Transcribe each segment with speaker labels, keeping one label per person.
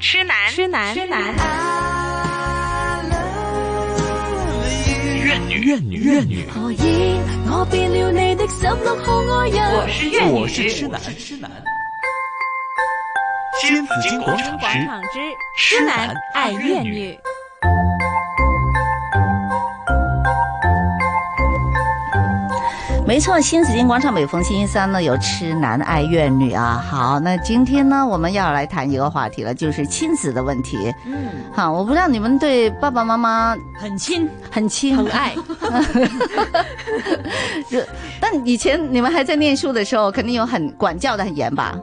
Speaker 1: 痴男，
Speaker 2: 痴男，
Speaker 1: 痴男。
Speaker 3: 怨女，怨女，怨女。
Speaker 4: 何以我變了你的十六號愛人？
Speaker 1: 我是怨女，
Speaker 3: 我是痴男，痴男。金紫荆广场
Speaker 2: 广
Speaker 3: 之
Speaker 2: 场之
Speaker 3: 痴
Speaker 2: 男
Speaker 3: 男
Speaker 2: 爱
Speaker 3: 爱
Speaker 2: 怨
Speaker 3: 怨
Speaker 2: 女
Speaker 3: 女。
Speaker 5: 没错，新紫金广场每逢星期三呢有痴男爱怨女啊。好，那今天呢我们要来谈一个话题了，就是亲子的问题。
Speaker 2: 嗯，
Speaker 5: 好，我不知道你们对爸爸妈妈
Speaker 2: 很亲，
Speaker 5: 很亲
Speaker 2: 很， 爱。
Speaker 5: 但以前你们还在念书的时候，肯定有很管教的很严吧？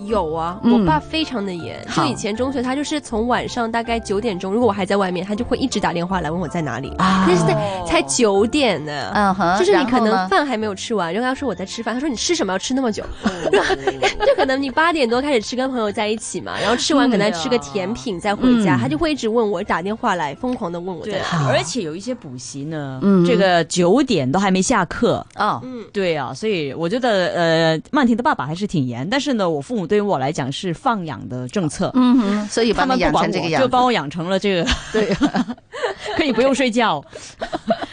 Speaker 6: 有啊，
Speaker 5: 嗯
Speaker 6: 我爸非常的严。
Speaker 5: 好
Speaker 6: 就以前中学，他就是从晚上大概九点钟，如果我还在外面，他就会一直打电话来问我在哪里。
Speaker 5: 啊
Speaker 6: 但是在才九点呢，
Speaker 5: 嗯哼，
Speaker 6: 就是你可
Speaker 5: 然后
Speaker 6: 能
Speaker 5: 呢
Speaker 6: 饭还没有吃完，然后他说我在吃饭，他说你吃什么要吃那么久？
Speaker 4: 嗯
Speaker 6: 就可能你八点多开始吃，跟朋友在一起嘛，然后吃完可能还吃个甜品再回家，
Speaker 5: 嗯
Speaker 6: 他就会一直问我，打电话来疯狂的问我在
Speaker 2: 对
Speaker 6: 哪。，
Speaker 2: 而且有一些补习呢，
Speaker 5: 嗯
Speaker 2: 这个九点都还没下课。
Speaker 5: 哦，
Speaker 6: 嗯，
Speaker 2: 对啊，所以我觉得呃，曼婷的爸爸还是挺严，但是呢，我父母对于我来讲是放养的政策。
Speaker 5: 嗯哼，所以把
Speaker 2: 他们
Speaker 5: 你
Speaker 2: 不
Speaker 5: 养成
Speaker 2: 管
Speaker 5: 这个
Speaker 2: 我，
Speaker 5: 样
Speaker 2: 就把
Speaker 5: 子。
Speaker 2: 我养成了这个，
Speaker 5: 对，
Speaker 2: 可以不用 睡觉，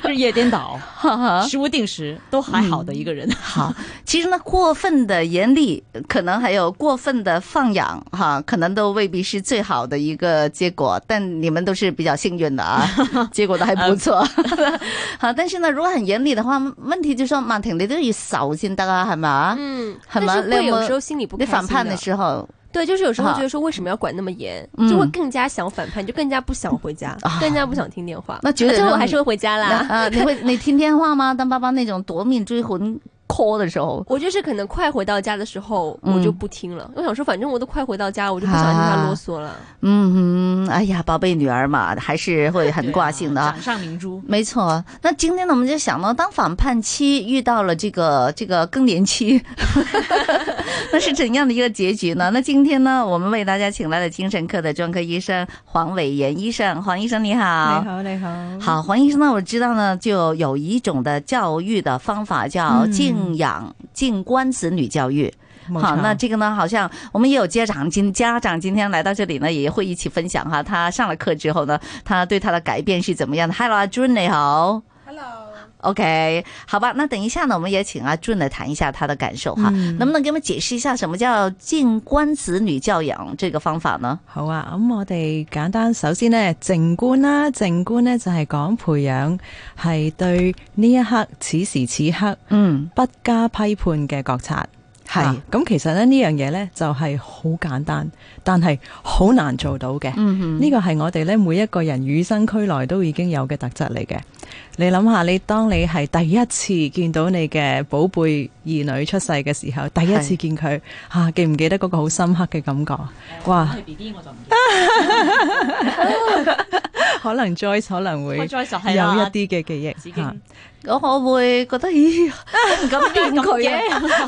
Speaker 2: 日夜颠倒，
Speaker 5: 哈哈嗯
Speaker 2: 食无定时，都还好的一个人。
Speaker 5: 好，其实呢，过分的严厉，可能还有过分的放养，哈，可能都未必是最好的一个结果。但你们都是比较幸运的 啊，结果都还不错。
Speaker 6: 嗯
Speaker 5: 好，但是呢，如果很严厉的话，问题就说曼婷，你都要守先得啊，系嘛？
Speaker 6: 嗯，
Speaker 5: 很
Speaker 6: 但
Speaker 5: 忙
Speaker 6: 是
Speaker 5: 那
Speaker 6: 会有
Speaker 5: 么
Speaker 6: 时候心里不开
Speaker 5: 你
Speaker 6: 心
Speaker 5: 反叛的时候，
Speaker 6: 对，就是有时候
Speaker 5: 啊
Speaker 6: 觉得说为什么要管那么严，
Speaker 5: 嗯
Speaker 6: 就会更加想反叛，就更加不想回家，
Speaker 5: 啊
Speaker 6: 更加不想听电话。
Speaker 5: 那觉得
Speaker 6: 啊最后
Speaker 5: 那
Speaker 6: 我还是会回家
Speaker 5: 那
Speaker 6: 啦。
Speaker 5: 啊，你会你听电话吗？当爸爸那种夺命追魂 call 的时候，
Speaker 6: 我就是可能快回到家的时候，
Speaker 5: 嗯啊
Speaker 6: 我就不听了。我想说，反正我都快回到家，我就不想听他啰嗦 了。
Speaker 5: 嗯哼，哎呀，宝贝女儿嘛，还是会很挂心的啊
Speaker 2: 掌上明珠。
Speaker 5: 没错，那今天呢，我们就想到，当反叛期遇到了这个这个更年期， 那是怎样的一个结局呢？那今天呢，我们为大家请来了精神科的专科医生黄伟炎医生，黄医生你好。
Speaker 7: 好，你好
Speaker 5: 好，黄医生呢？我知道呢，就有一种的教育的方法叫敬仰、敬观子女教育。好，那这个呢，好像我们也有家长今家长今天来到这里呢，也会一起分享哈，他上了课之后呢，他对他的改变是怎么样的？Hello，阿 Jun 你好。OK，好吧，那等一下呢，我们也请阿 Jun 来谈一下他的感受
Speaker 2: 嗯
Speaker 5: 哈，能不能给我们解释一下什么叫静观子女教养这个方法呢？
Speaker 7: 好啊！咁、我哋簡單首先呢，靜觀啦，靜觀呢就係講培養係對呢一刻、此時此刻
Speaker 5: 嗯，
Speaker 7: 不加批判嘅覺察。係
Speaker 5: 啊
Speaker 7: 咁、其實呢，呢樣嘢呢就係好簡單，但係好難做到嘅。
Speaker 5: 嗯
Speaker 7: 呢個係我哋咧每一個人與生俱來都已經有嘅特質嚟嘅。你諗下，你當你係第一次見到你嘅寶貝兒女出世嘅時候，第一次見佢啊，記唔記得嗰個好深刻嘅感覺？哇！
Speaker 2: B B 我就唔
Speaker 7: 可能 Joyce 可能會有
Speaker 2: 記得，
Speaker 7: 一
Speaker 2: 再啊就係啦
Speaker 7: 啲嘅記
Speaker 2: 紫
Speaker 7: 憶
Speaker 2: 荊
Speaker 7: 嚇，
Speaker 5: 我我會覺得哎咦，我唔敢掂佢 啊。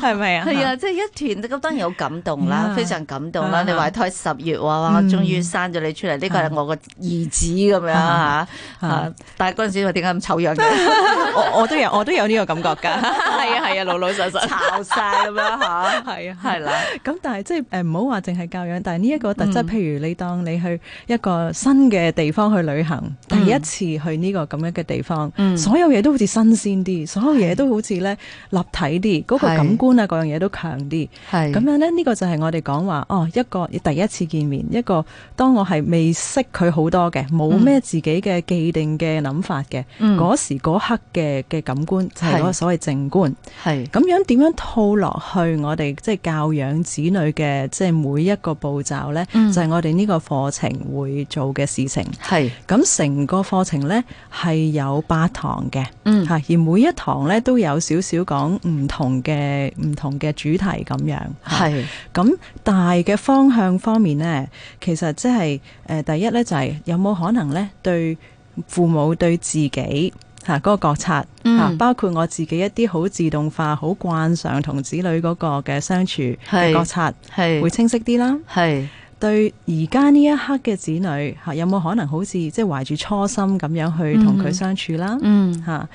Speaker 7: 係咪啊？
Speaker 5: 係啊，即係一團咁，當然好感動啦，
Speaker 7: Yeah.
Speaker 5: 非常感動啦！
Speaker 7: Uh-huh.
Speaker 5: 你懷胎十月，哇哇，
Speaker 7: 嗯
Speaker 5: 終於生咗你出嚟，呢個係我個兒子咁樣嚇
Speaker 7: Uh-huh.
Speaker 5: 嚇。但係嗰陣時我點解咁醜樣嘅？
Speaker 7: 我我都有我都有呢個感覺㗎， 係啊係啊，老老實實。
Speaker 5: 鬧晒咁樣嚇，
Speaker 7: 係啊，
Speaker 5: 係啦，
Speaker 7: 咁但係即係誒唔好話淨係教養，但係呢一個特質，
Speaker 5: 嗯
Speaker 7: 譬如你當你去一個新嘅地方去旅行，
Speaker 5: 嗯
Speaker 7: 第一次去呢個咁樣嘅地方，
Speaker 5: 嗯
Speaker 7: 所有嘢都好似新鮮啲，所有嘢都好似咧立體啲，嗰、個
Speaker 5: 係
Speaker 7: 感官啊嗰樣嘢都強啲。
Speaker 5: 係
Speaker 7: 咁樣咧，呢、個就係我哋講話哦，一個第一次見面，一個當我係未識佢好多嘅，冇咩自己嘅既定嘅諗法嘅，
Speaker 5: 嗯
Speaker 7: 嗰、時嗰刻嘅嘅感官就係嗰
Speaker 5: 係
Speaker 7: 個所謂靜觀。
Speaker 5: 係
Speaker 7: 咁樣點樣套落去我哋即係教養子女嘅即係每一個步驟呢，
Speaker 5: 嗯
Speaker 7: 就係我哋呢個課程會做嘅事情。
Speaker 5: 係
Speaker 7: 咁成個課程呢，係有八堂嘅，
Speaker 5: 嗯
Speaker 7: 嚇，而每一堂呢，都有少少講唔同嘅唔同嘅主題咁樣。嚇
Speaker 5: 係
Speaker 7: 咁大嘅方向方面呢，其實即係誒第一呢，就係、有冇可能呢對父母對自己嚇嗰、個覺察嚇、
Speaker 5: 嗯
Speaker 7: 包括我自己一啲好自動化、好慣常同子女嗰個嘅相處
Speaker 5: 係
Speaker 7: 嘅覺察會
Speaker 5: 係
Speaker 7: 清晰啲啦。
Speaker 5: 係
Speaker 7: 對而家呢一刻嘅子女嚇、有冇可能好似即係懷住初心咁樣去同
Speaker 5: 嗯
Speaker 7: 佢相處啦？
Speaker 5: 嗯
Speaker 7: 嚇、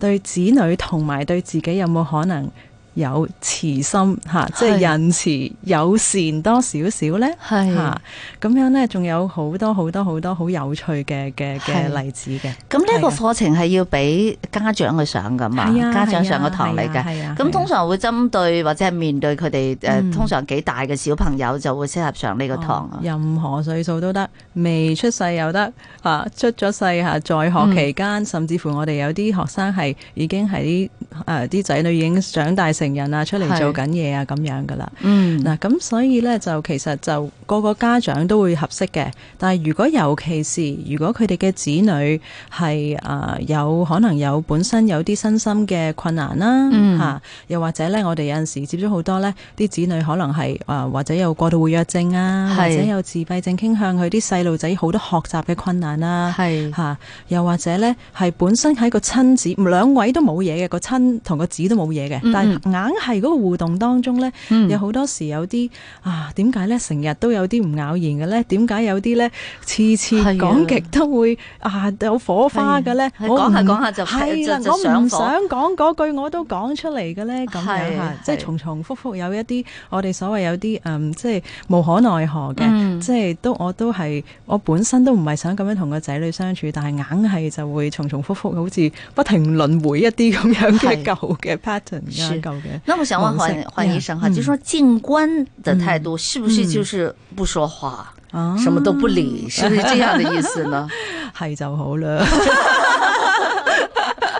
Speaker 7: 對子女同埋對自己有冇可能有慈心吓、即係
Speaker 5: 係
Speaker 7: 仁慈友善多少少咧
Speaker 5: 係
Speaker 7: 吓，咁樣咧仲有好多好多好多好有趣嘅嘅
Speaker 5: 係
Speaker 7: 嘅例子嘅。
Speaker 5: 咁呢個
Speaker 7: 係啊
Speaker 5: 課程係要俾家長去上噶嘛？
Speaker 7: 係啊
Speaker 5: 家長
Speaker 7: 係啊
Speaker 5: 上個堂嚟
Speaker 7: 係啊
Speaker 5: 嘅。
Speaker 7: 係啊係
Speaker 5: 咁
Speaker 7: 啊
Speaker 5: 通常會針對或者係面對佢哋呃誒，
Speaker 7: 嗯
Speaker 5: 通常幾大嘅小朋友就會適合上呢個堂
Speaker 7: 哦
Speaker 5: 啊。
Speaker 7: 任何歲數都得，未出世又得，啊出咗世嚇，在學期間，
Speaker 5: 嗯
Speaker 7: 甚至乎我哋有啲學生係已經係啲誒啲仔女已經長大成人啊，出嚟
Speaker 5: 係
Speaker 7: 做緊嘢啊咁樣噶啦。
Speaker 5: 嗯，
Speaker 7: 嗱，咁所以呢，就其實就個個家長都會合適嘅，但係如果尤其是如果佢哋嘅子女係啊、有可能有本身有啲身心嘅困難啦嚇、
Speaker 5: 嗯
Speaker 7: 又或者呢，我哋有陣時接觸好多呢啲子女可能係啊、或者有過度活躍症啊，或
Speaker 5: 係
Speaker 7: 者有自閉症傾向，佢啲細路仔好多學習嘅困難啊。
Speaker 5: 係
Speaker 7: 吓、又或者呢，係本身喺個親子兩位都冇嘢嘅，個親同個子都冇嘢嘅，
Speaker 5: 嗯
Speaker 7: 但係硬係嗰個互動當中呢，
Speaker 5: 嗯
Speaker 7: 有好多時有啲啊，點解咧成日都有啲唔咬言嘅咧？點解有啲咧次次
Speaker 5: 係啊
Speaker 7: 講極都會啊有火花嘅咧？
Speaker 5: 係
Speaker 7: 我唔
Speaker 5: 講下講下就
Speaker 7: 係
Speaker 5: 就
Speaker 7: 啦，
Speaker 5: 就
Speaker 7: 我唔
Speaker 5: 上火
Speaker 7: 想講嗰句我都講出嚟嘅咧，咁樣
Speaker 5: 係
Speaker 7: 嚇
Speaker 5: 係，
Speaker 7: 即係重重複複有一啲我哋所謂有啲嗯，即係無可奈何嘅，
Speaker 5: 嗯
Speaker 7: 即係都我都係我本身都唔係想咁樣同個仔女相處，但係硬係就會重重複複，好似不停輪迴一啲咁樣嘅
Speaker 5: 係
Speaker 7: 舊嘅 pattern 啊，
Speaker 5: 是
Speaker 7: 舊嘅。
Speaker 5: 那我想問
Speaker 7: 模式
Speaker 5: 黃黃醫生哈，
Speaker 7: 嗯
Speaker 5: 就說靜觀的態度是不是就是不說話，
Speaker 7: 啊
Speaker 5: 什麼都不理，是不是這樣的意思 呢？
Speaker 7: 係就好啦，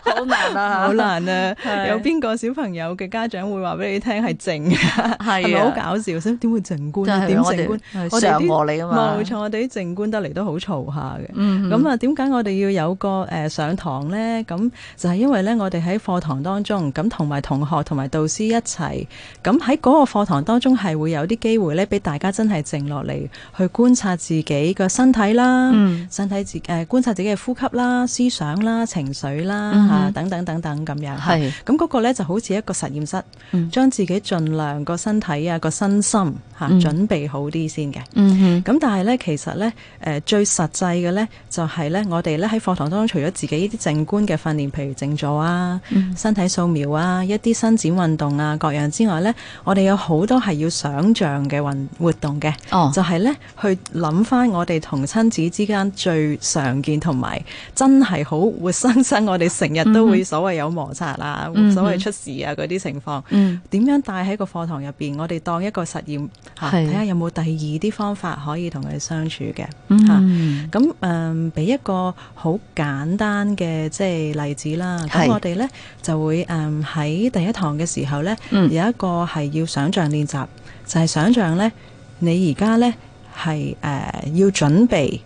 Speaker 5: 好難 啊，
Speaker 7: 好，難啊！
Speaker 5: 係
Speaker 7: 有邊個小朋友嘅家長會話俾你聽係靜啊？係
Speaker 5: 係
Speaker 7: 咪好
Speaker 5: 啊，
Speaker 7: 搞笑？所以點會靜觀
Speaker 5: 真
Speaker 7: 啊？
Speaker 5: 係
Speaker 7: 點
Speaker 5: 我
Speaker 7: 靜觀？
Speaker 5: 哋
Speaker 7: 我哋
Speaker 5: 上
Speaker 7: 啲
Speaker 5: 我你啊嘛，
Speaker 7: 冇錯，我哋啲靜觀得嚟都好嘈下嘅。
Speaker 5: 嗯，嗯
Speaker 7: 咁啊，點解我哋要有個誒、呃上堂呢？咁就係因為呢，我哋喺課堂當中，咁同埋同學同埋導師一齊，咁喺嗰個課堂當中係會有啲機會呢，俾大家真係靜落嚟去觀察自己個身體啦，
Speaker 5: 嗯
Speaker 7: 身體自誒、呃、觀察自己嘅呼吸啦、思想啦、情緒啦嚇、
Speaker 5: 嗯哼
Speaker 7: 等等等等咁樣。
Speaker 5: 係
Speaker 7: 咁嗰個咧就好似一個實驗室，
Speaker 5: 嗯
Speaker 7: 將自己盡量個身體啊個身心嚇、
Speaker 5: 嗯
Speaker 7: 準備好啲先嘅。
Speaker 5: 嗯哼
Speaker 7: 咁但係咧，其實咧，誒、最實際嘅咧，就係、咧，我哋咧喺課堂當中，除咗自己啲靜觀嘅訓練，譬如靜坐啊、
Speaker 5: 嗯
Speaker 7: 身體掃描啊、一啲伸展運動啊各樣之外咧，我哋有好多係要想像嘅運活動嘅，
Speaker 5: 哦，
Speaker 7: 就係咧去諗翻我哋同親子之間最常見同埋真係好活生生，我哋成日都會所謂有摩擦啊、
Speaker 5: 嗯
Speaker 7: 所謂出事啊嗰啲情況。
Speaker 5: 嗯
Speaker 7: 點樣帶喺個課堂入邊，我哋當一個實驗嚇，
Speaker 5: 係
Speaker 7: 睇下有冇第二啲方法可以同佢哋相處嘅嚇。
Speaker 5: 嗯
Speaker 7: 咁誒，嗯俾、一個好簡單嘅即係例子啦。
Speaker 5: 係
Speaker 7: 咁我哋呢就會誒喺、第一堂嘅時候呢，
Speaker 5: 嗯
Speaker 7: 有一個係要想像練習，就係、想像呢，你而家呢係誒、呃要準備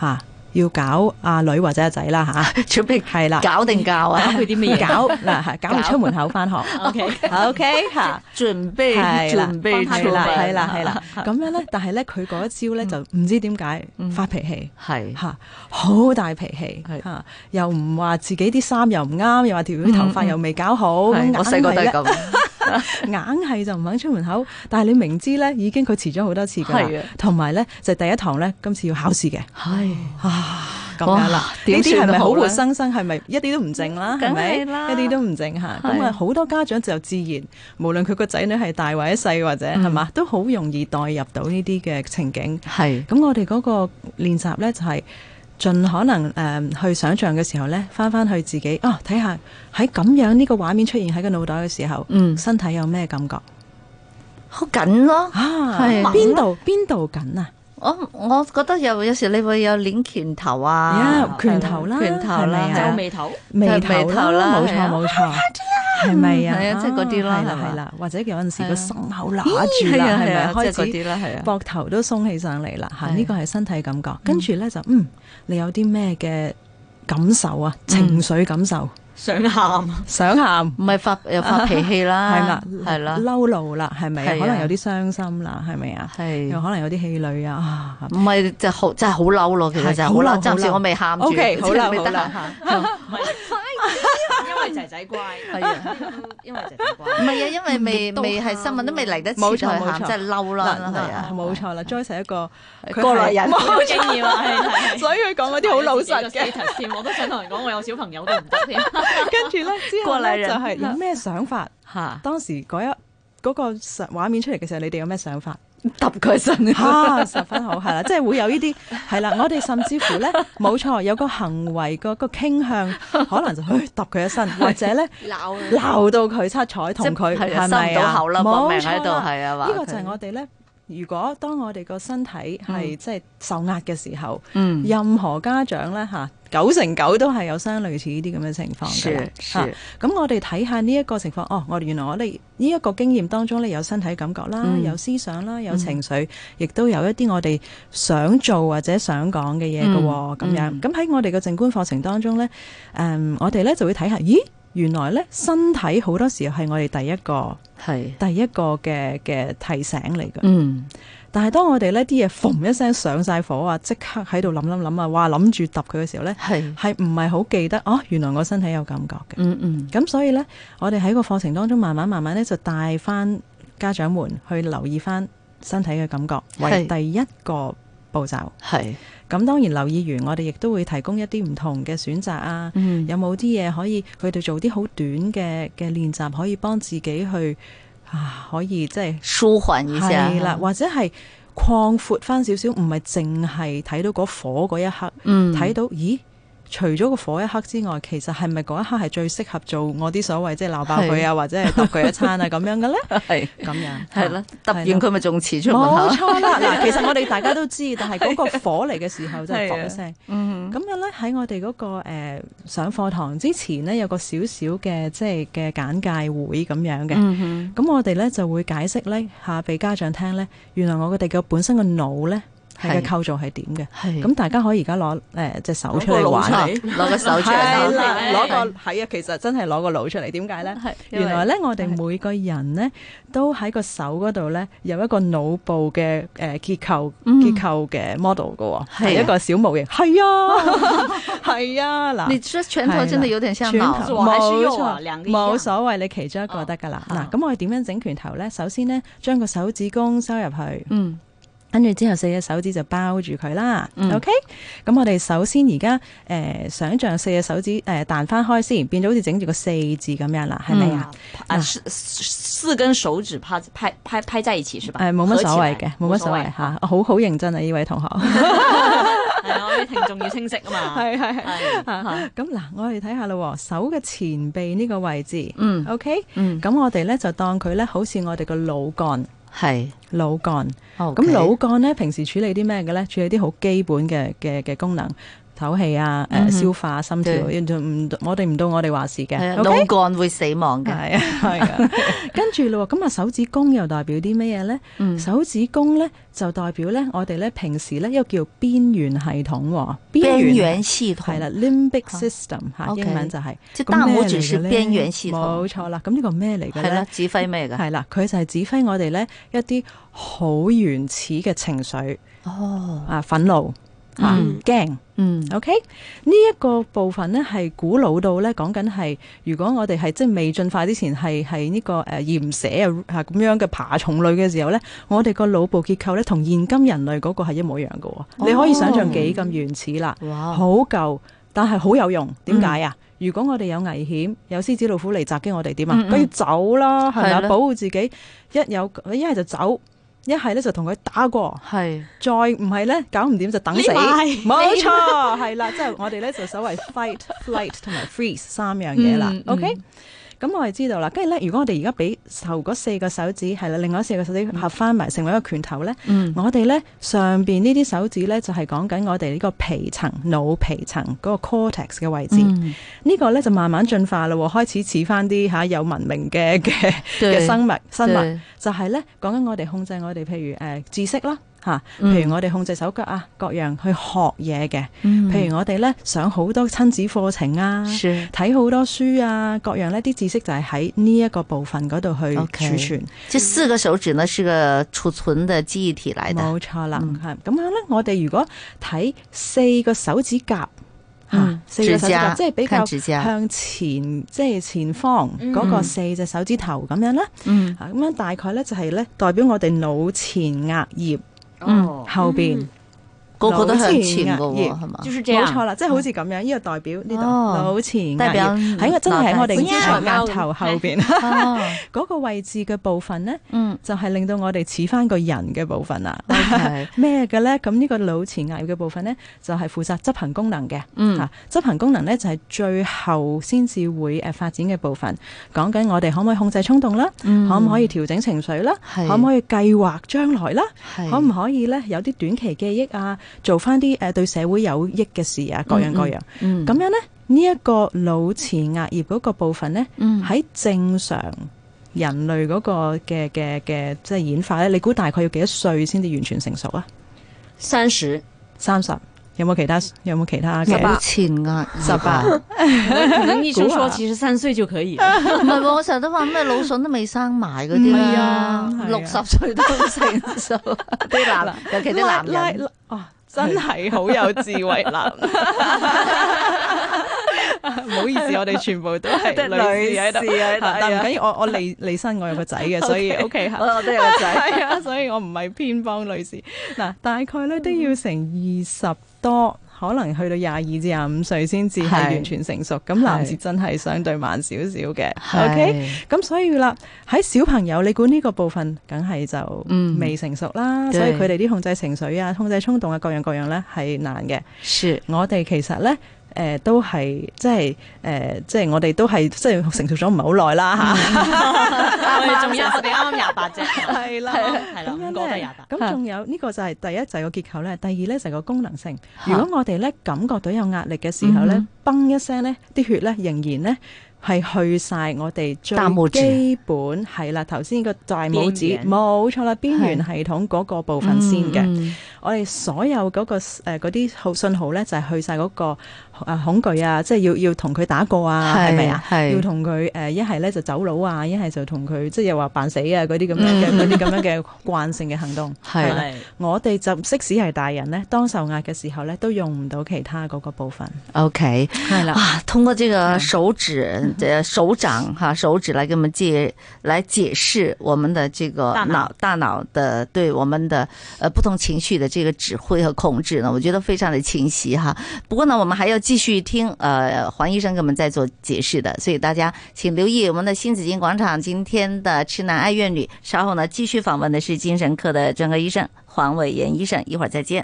Speaker 7: 嚇、要搞阿女或者阿仔啦 嚇，
Speaker 5: 準備
Speaker 7: 係啦。
Speaker 5: 搞定教啊，
Speaker 2: 佢啲乜嘢？
Speaker 7: 搞嗱，係搞佢出門口翻學
Speaker 2: OK
Speaker 7: ，OK 嚇。
Speaker 5: 準備
Speaker 7: 係啦
Speaker 5: 準備
Speaker 7: 係
Speaker 5: 出啊
Speaker 7: 啦，
Speaker 5: 嚟
Speaker 7: 係啦，係啦， 嗯咁樣咧，但係咧，佢嗰一招咧就唔知點解發脾氣。
Speaker 5: 係
Speaker 7: 嚇，好大脾氣
Speaker 5: 係
Speaker 7: 嚇，又唔話自己啲衫又唔啱，又話條啲頭髮又未搞好，咁硬
Speaker 5: 我細個都係
Speaker 7: 係咧
Speaker 5: 咁，
Speaker 7: 硬係就唔肯出門口。但係你明知咧，已經佢遲咗好多次㗎
Speaker 5: 係
Speaker 7: 啦
Speaker 5: 啊，
Speaker 7: 同埋咧就第一堂咧，今次要考試嘅
Speaker 5: 係。
Speaker 7: 啊，咁
Speaker 5: 哇
Speaker 7: 樣啦，呢
Speaker 5: 點
Speaker 7: 啲係
Speaker 5: 算啊
Speaker 7: 咪
Speaker 5: 好
Speaker 7: 好
Speaker 5: 咧
Speaker 7: 活生生？係咪一啲都唔靜啦？係咪
Speaker 5: 梗係啦
Speaker 7: 一啲都唔靜嚇。咁啊，
Speaker 5: 係
Speaker 7: 好多家長就自然，無論佢個仔女係大或者細或者
Speaker 5: 嗯
Speaker 7: 係嘛，都好容易代入到呢啲嘅情景。
Speaker 5: 係
Speaker 7: 咁我哋嗰個練習呢，就係、盡可能誒、嗯去想像嘅時候呢，翻翻去自己啊，睇下喺咁樣呢個畫面出現喺個腦袋嘅時候，
Speaker 5: 嗯
Speaker 7: 身體有咩感覺
Speaker 5: 好緊咯。
Speaker 7: 啊？
Speaker 5: 係
Speaker 7: 邊度邊度緊啊？
Speaker 5: 我我覺得有有時你會有攆拳頭啊
Speaker 7: 呀，拳頭啦
Speaker 5: 拳頭啦
Speaker 7: 係咪，啊
Speaker 2: 皺 眉頭，
Speaker 7: 眉頭
Speaker 5: 眉頭啦
Speaker 7: 啦，冇
Speaker 5: 係啊
Speaker 7: 錯冇錯，係咪啊？
Speaker 5: 係啊即係嗰啲啦
Speaker 7: 係
Speaker 5: 係
Speaker 7: 啦
Speaker 5: 嘛
Speaker 7: 係啦，或者有陣時
Speaker 5: 係啊
Speaker 7: 個心口揦
Speaker 5: 咦
Speaker 7: 住啦，係
Speaker 5: 係
Speaker 7: 咪
Speaker 5: 啊係啊
Speaker 7: 開
Speaker 5: 即係嗰
Speaker 7: 始
Speaker 5: 啲啦係啊
Speaker 7: 膊頭都鬆起上嚟啦嚇？
Speaker 5: 係
Speaker 7: 呢個係身體感覺，跟住咧就嗯，你有啲咩嘅感受啊？
Speaker 5: 嗯
Speaker 7: 情緒感受，
Speaker 2: 想喊。
Speaker 7: 想喊。
Speaker 5: 唔係發又發脾氣啦，
Speaker 7: 係 啦，
Speaker 5: 係啦，
Speaker 7: 嬲怒啦，係咪啊？
Speaker 5: 係啊
Speaker 7: 可能有啲傷心啦，係咪啊？又
Speaker 5: 係
Speaker 7: 可能有啲氣餒啊啊。
Speaker 5: 唔係就好真係好嬲咯，其實就係好
Speaker 7: 係好
Speaker 5: 嬲。
Speaker 7: 嬲
Speaker 5: 暫時
Speaker 7: 好嬲
Speaker 5: 我未喊住
Speaker 7: OK，好
Speaker 5: 即
Speaker 7: 啦
Speaker 5: 係未得
Speaker 7: 好啦
Speaker 5: 閒
Speaker 2: 因为仔仔乖，
Speaker 5: 係啊
Speaker 2: 因為仔仔乖。
Speaker 5: 唔係啊，因 為未
Speaker 6: 都
Speaker 5: 未係新聞都未嚟得切
Speaker 7: 冇
Speaker 5: 去
Speaker 7: 錯冇
Speaker 5: 喊，
Speaker 7: 錯
Speaker 5: 真係嬲啦，
Speaker 7: 嗱
Speaker 5: 係啊
Speaker 7: 嗱，，冇錯啦，Joyce 係一個佢
Speaker 5: 過來
Speaker 7: 係
Speaker 5: 人，
Speaker 2: 冇經驗啊，係
Speaker 7: 所以佢講嗰啲好老 實嘅。
Speaker 2: 嘅。先，我都想同人講，我有小朋友都唔得添。
Speaker 7: 跟住咧之後
Speaker 5: 過來
Speaker 7: 咧
Speaker 5: 人
Speaker 7: 就係有咩想法？
Speaker 5: 嚇
Speaker 7: 當時嗰一嗰個實畫面出嚟嘅時候，你哋有咩想法？
Speaker 5: 揼佢身
Speaker 7: 啊，十分好，係啦，即係會有呢啲係啦。我哋甚至乎咧，冇錯，有個行為個個傾向，可能就去揼佢一身，或者咧
Speaker 6: 鬧啊
Speaker 7: 鬧到佢七彩同佢
Speaker 5: 即係係啊
Speaker 7: 係咪
Speaker 5: 收唔到
Speaker 7: 啊？
Speaker 5: 口啦搏命喺度
Speaker 7: 冇錯啦
Speaker 5: 係啊話
Speaker 7: 呢個就
Speaker 5: 佢
Speaker 7: 係我哋咧。如果當我哋個身體係即係受壓嘅時候，
Speaker 5: 嗯
Speaker 7: 任何家長咧嚇九成九都係有相類似呢啲咁嘅情況嘅啦
Speaker 5: 是。
Speaker 7: 嚇
Speaker 5: 是
Speaker 7: 咁我哋睇下呢一個情況，哦，我哋原來我哋呢一個經驗當中咧，有身體感覺啦，
Speaker 5: 嗯
Speaker 7: 有思想啦，有情緒，亦都有一啲我哋想做或者想講嘅嘢嘅喎，咁、
Speaker 5: 嗯嗯
Speaker 7: 樣。咁喺我哋嘅靜觀課程當中咧，誒、我哋咧就會睇下，咦，原來咧身體好多時候係我哋第一個
Speaker 5: 係，
Speaker 7: 第一個嘅嘅提醒嚟嘅。
Speaker 5: 嗯
Speaker 7: 但係當我哋呢啲嘢嘣一聲上晒火啊，即刻喺度諗諗諗啊，哇諗住揼佢嘅時候咧，
Speaker 5: 係，
Speaker 7: 係唔係好記得哦？原來我身體有感覺嘅。
Speaker 5: 嗯嗯
Speaker 7: 咁所以呢，我哋喺個課程當中慢慢慢慢呢，就帶翻家長們去留意翻身體嘅感覺為
Speaker 5: 係
Speaker 7: 第一個步驟。
Speaker 5: 係，
Speaker 7: 咁當然留意完，我哋亦都會提供一啲唔同嘅選擇啊。
Speaker 5: 嗯
Speaker 7: 有冇啲嘢可以佢哋做啲好短嘅嘅練習，可以幫自己去啊，可以即係
Speaker 5: 舒緩一下，
Speaker 7: 係啦，或者係擴闊翻少少，唔係淨係睇到嗰火嗰一刻。
Speaker 5: 嗯，
Speaker 7: 睇到，咦？除咗個火一刻之外，其實係咪嗰一刻係最適合做我啲所謂即係鬧爆佢啊，或者係揼佢一餐啊咁樣嘅咧？
Speaker 5: 係
Speaker 7: 咁樣
Speaker 5: 係啦，揼完
Speaker 7: 係啦
Speaker 5: 佢咪仲遲出門
Speaker 7: 冇
Speaker 5: 口，
Speaker 7: 錯啦。嗱，其實我哋大家都知，但係嗰個火嚟嘅時候就係
Speaker 5: 係啊
Speaker 7: 火一聲。
Speaker 5: 嗯
Speaker 7: 咁樣咧喺我哋嗰、個、呃、上課堂之前呢，有個少少嘅即係嘅簡介會咁樣嘅。
Speaker 5: 嗯哼
Speaker 7: 咁我哋咧就會解釋咧下俾家長聽咧，原來我哋嘅本身個腦咧係嘅
Speaker 5: 係
Speaker 7: 構造係點嘅。
Speaker 5: 係
Speaker 7: 咁大家可以而家攞誒隻手
Speaker 2: 攞
Speaker 7: 出
Speaker 2: 個
Speaker 7: 嚟
Speaker 2: 腦
Speaker 7: 玩
Speaker 2: 出嚟
Speaker 7: 啊
Speaker 5: 啊攞個手出
Speaker 7: 係
Speaker 5: 嚟
Speaker 7: 啦，
Speaker 5: 啦，
Speaker 7: 攞個係啊，其實真係攞個腦出嚟，點解咧？
Speaker 5: 係因為
Speaker 7: 原來咧，我哋每個人咧都喺個手嗰度咧有一個腦部嘅誒結構結構嘅 model 嘅喎，
Speaker 5: 嗯係啊
Speaker 7: 係一個小模型。係 啊，係啊，
Speaker 5: 你
Speaker 7: 嗱。
Speaker 5: 這拳頭真的有點像
Speaker 7: 拳
Speaker 5: 腦
Speaker 7: 頭
Speaker 2: 左還是右啊
Speaker 7: 冇
Speaker 2: 兩
Speaker 7: 錯
Speaker 2: 個一樣
Speaker 7: 冇所謂，你其中一個得㗎啦。
Speaker 5: 哦
Speaker 7: 嗱，咁我哋點樣整拳頭咧？首先咧，將個手指公收入去，
Speaker 5: 嗯
Speaker 7: 跟住之後四隻手指就包住佢啦。
Speaker 5: 嗯
Speaker 7: OK，咁我哋首先而家誒想像四隻手指呃誒彈翻開先，變咗好似整住個四字咁樣啦，係咪啊？
Speaker 2: 啊，四四根手指拍拍拍拍在一起是吧？
Speaker 7: 誒冇乜所
Speaker 2: 合
Speaker 7: 謂嘅
Speaker 2: 起來，
Speaker 7: 冇乜所謂。嚇，好好認真啊！呢位同學，
Speaker 2: 係啊，我啲聽眾要清晰啊嘛。
Speaker 7: 係係
Speaker 2: 係
Speaker 7: 係。 咁嗱，我哋睇下啦喎，手嘅前臂呢個位置
Speaker 5: 嗯
Speaker 7: ，OK，
Speaker 5: 嗯，
Speaker 7: 咁我哋咧就當佢咧好似我哋個腦幹，
Speaker 5: 係，
Speaker 7: 腦幹。咁
Speaker 5: 咁
Speaker 7: 腦幹咧，平時處理啲咩嘅咧？處理啲好基本嘅嘅嘅功能，唞氣啊，誒、
Speaker 5: 嗯哼
Speaker 7: 消化、心跳，
Speaker 5: 對
Speaker 7: 唔我哋唔到我哋話事嘅
Speaker 5: 係啊，
Speaker 7: ，OK？
Speaker 5: 腦幹會死亡嘅，
Speaker 7: 係啊，係啊。跟住咯喎，咁啊手指公又代表啲咩嘢咧？
Speaker 5: 嗯
Speaker 7: 手指公咧就代表咧，我哋咧平時咧又叫邊緣系統喎，
Speaker 5: 邊
Speaker 7: 緣
Speaker 5: 緣系
Speaker 7: 係
Speaker 5: 統
Speaker 7: 啦。，limbic system 嚇，
Speaker 5: OK
Speaker 7: 英文就係。
Speaker 5: 即
Speaker 7: 咁
Speaker 5: 大
Speaker 7: 咩
Speaker 5: 拇
Speaker 7: 嚟
Speaker 5: 指是
Speaker 7: 嘅咧
Speaker 5: 邊緣系統，
Speaker 7: 冇錯啦。咁呢個咩嚟嘅
Speaker 5: 係啦
Speaker 7: 咧，？
Speaker 5: 指揮咩㗎？
Speaker 7: 係啦，佢就係指揮我哋咧一啲好原始嘅情緒。
Speaker 5: 哦，
Speaker 7: 啊憤怒啊
Speaker 5: 嗯
Speaker 7: 驚
Speaker 5: 嗯，
Speaker 7: ，OK 呢一個部分呢，係古老到呢講緊係，如果我哋係即係未進化之前係係呢個誒鹽蛇啊啊咁樣嘅爬蟲類嘅時候呢，我哋個腦部結構呢，同現今人類嗰個係一模一樣嘅喎，
Speaker 5: 哦
Speaker 7: 你可以想象幾咁原始啦，
Speaker 5: 哇，
Speaker 7: 好舊但係好有用，點
Speaker 5: 嗯
Speaker 7: 解啊？如果我哋有危險，有獅子老虎嚟襲擊我哋點啊？
Speaker 5: 嗯嗯
Speaker 7: 梗要走啦，係咪
Speaker 5: 係啦
Speaker 7: 啊？保護自己，一有一係就走，一係呢就同佢打過。
Speaker 5: 係
Speaker 7: 再唔係咧，搞唔掂就等死，
Speaker 2: 匿埋
Speaker 7: 冇錯，係啦，即係我哋咧就所謂 fight、flight 同埋 freeze 三樣嘢啦
Speaker 5: 嗯。嗯
Speaker 7: OK，咁我哋知道啦。跟住咧，如果我哋而家俾頭嗰四個手指係啦，另外四個手指合翻埋成為一個拳頭咧，
Speaker 5: 嗯
Speaker 7: 我哋咧上邊呢啲手指咧就係講緊我哋呢個皮層、腦皮層嗰個 cortex 嘅位置。
Speaker 5: 嗯
Speaker 7: 呢個咧就慢慢進化啦喎，開始似翻啲嚇有文明嘅嘅
Speaker 5: 對
Speaker 7: 嘅生物生物。
Speaker 5: 對
Speaker 7: 就係咧講緊我哋控制我哋，譬如誒、呃知識啦嚇、
Speaker 5: 嗯
Speaker 7: 譬如我哋控制手腳啊，各樣去學嘢嘅，
Speaker 5: 嗯
Speaker 7: 譬如我哋咧上好多親子課程啊。
Speaker 5: 是
Speaker 7: 睇好多書啊，各樣呢啲知識就係喺呢一個部分嗰度去
Speaker 5: OK
Speaker 7: 儲存，
Speaker 5: 這四個手指呢是個儲存的記憶體來的，
Speaker 7: 冇錯啦。
Speaker 5: 嗯
Speaker 7: 係咁、樣呢，我哋如果睇四個手指甲嚇，
Speaker 5: 嗯
Speaker 7: 四隻手指
Speaker 5: 指甲
Speaker 7: 甲，即係比
Speaker 5: 跟
Speaker 7: 較
Speaker 5: 指甲
Speaker 7: 向前，即係前方嗰個四隻手指頭咁樣啦。
Speaker 5: 嗯
Speaker 7: 啊，咁樣大概咧就係咧代表我哋腦前額葉
Speaker 5: 嗯
Speaker 7: 後邊。
Speaker 5: 個個都向前嘅
Speaker 7: 腦前額葉
Speaker 5: 喎，係嘛？
Speaker 2: 就是这
Speaker 7: 冇
Speaker 2: 样。
Speaker 7: 錯啦，即係好似咁樣，呢個代表呢
Speaker 5: 哦
Speaker 7: 度腦前
Speaker 5: 代
Speaker 7: 額
Speaker 5: 表嗯
Speaker 7: 葉喺啊我真係喺我哋
Speaker 5: 腦袋
Speaker 7: 嘅額頭後邊
Speaker 5: 哦，
Speaker 7: 嗰個位置嘅部分咧，
Speaker 5: 嗯
Speaker 7: 就係令到我哋似翻個人嘅部分啦。
Speaker 5: ，OK，
Speaker 7: 咩嘅咧？咁呢個腦前額葉嘅部分咧，就係、負責執行功能嘅。
Speaker 5: 嗯
Speaker 7: 啊，執行功能咧就係、最後先至會誒發展嘅部分，講緊我哋可唔可以控制衝動啦，
Speaker 5: 嗯
Speaker 7: 可唔可以調整情緒啦，
Speaker 5: 係
Speaker 7: 可唔可以計劃將來啦，
Speaker 5: 係
Speaker 7: 可唔可以咧有啲短期記憶啊，做翻啲誒對社會有益嘅事啊，各樣各樣。咁、
Speaker 5: 嗯
Speaker 7: 樣咧，呢、一個腦前額葉嗰個部分咧，
Speaker 5: 嗯
Speaker 7: 喺、正常。人類嗰個嘅嘅嘅即係演化咧，你估大概要幾多歲先至完全成熟啊？
Speaker 2: 三十，
Speaker 7: 三十，有冇其他有冇其他嘅？
Speaker 5: 腦前額葉啊。
Speaker 2: 可能醫生
Speaker 7: 估
Speaker 2: 说
Speaker 7: 啊
Speaker 2: 其实三岁就可以了。
Speaker 5: 唔係喎，我成日都話咩老筍都未生埋嗰啲
Speaker 7: 係
Speaker 5: 啊
Speaker 7: 啊係，啊
Speaker 5: 六十歲都唔成熟，啲男 尤其啲男
Speaker 7: 拉
Speaker 5: 人。
Speaker 7: 拉哦，真係好有智慧啦！ 唔好意思，我哋全部都係 女士喺度，但唔緊要，我我離離身，我有個仔嘅，所以 OK 嚇。
Speaker 5: 我都有個仔，
Speaker 7: 係啊，所以我唔係偏幫女士。嗱，大概咧都要成二十多，可能去到廿二至廿五歲先至係
Speaker 5: 係
Speaker 7: 完全成熟。咁男
Speaker 5: 係
Speaker 7: 士真係相對慢少少嘅
Speaker 5: 係
Speaker 7: ，OK。咁所以啦，喺小朋友你管呢個部分，梗係就
Speaker 5: 嗯
Speaker 7: 未成熟啦，
Speaker 5: 對
Speaker 7: 所以佢哋啲控制情緒啊、控制衝動啊，各樣各樣咧係難嘅。
Speaker 5: 是
Speaker 7: 我哋其實咧。誒、都係即係誒、即係我哋都係即係成熟咗唔係好耐啦嚇。
Speaker 2: 我哋仲有我哋啱啱廿八啫，
Speaker 7: 係啦，
Speaker 2: 係啦
Speaker 7: 咁樣
Speaker 2: 五個都
Speaker 7: 呢
Speaker 2: 有吧
Speaker 7: 咁仲有呢個就係第一就係個結構咧，第二咧就係個功能性。如果我哋咧感覺到有壓力嘅時候咧
Speaker 5: 嗯，
Speaker 7: 崩一聲咧，啲血咧仍然咧。係去晒我哋最
Speaker 5: 大拇指
Speaker 7: 基本係啦，頭先個大拇指
Speaker 2: 邊緣
Speaker 7: 冇錯啦，邊緣系統嗰個部分先嘅。
Speaker 5: 嗯
Speaker 7: 我哋所有嗰、個誒嗰啲號信號咧，就係、去晒嗰、個、呃、恐懼啊，即係要要同佢打過啊，
Speaker 5: 係
Speaker 7: 係咪啊？
Speaker 5: 係
Speaker 7: 要同佢誒一係咧就走佬啊，一係就同佢即係又話扮死啊嗰啲咁樣嘅嗰啲咁樣嘅慣性嘅行動。
Speaker 5: 係
Speaker 7: 啦我哋就即使係大人咧，當受壓嘅時候咧，都用唔到其他嗰個部分。
Speaker 5: OK，
Speaker 7: 係啦
Speaker 5: 啊，通過這個手指、呃手掌哈、手指來給我们解来解釋我們的這個
Speaker 2: 大腦
Speaker 5: 腦大腦的對我們的呃不同情緒的這個指揮和控制呢，我覺得非常的清晰哈。不過呢，我們還要繼續聽呃黃醫生給我們再做解釋的，所以大家請留意我們的新紫荊廣場今天的痴男愛怨女，稍後呢繼續訪問的是精神科的專科醫生黃偉炎醫生，一會兒再見。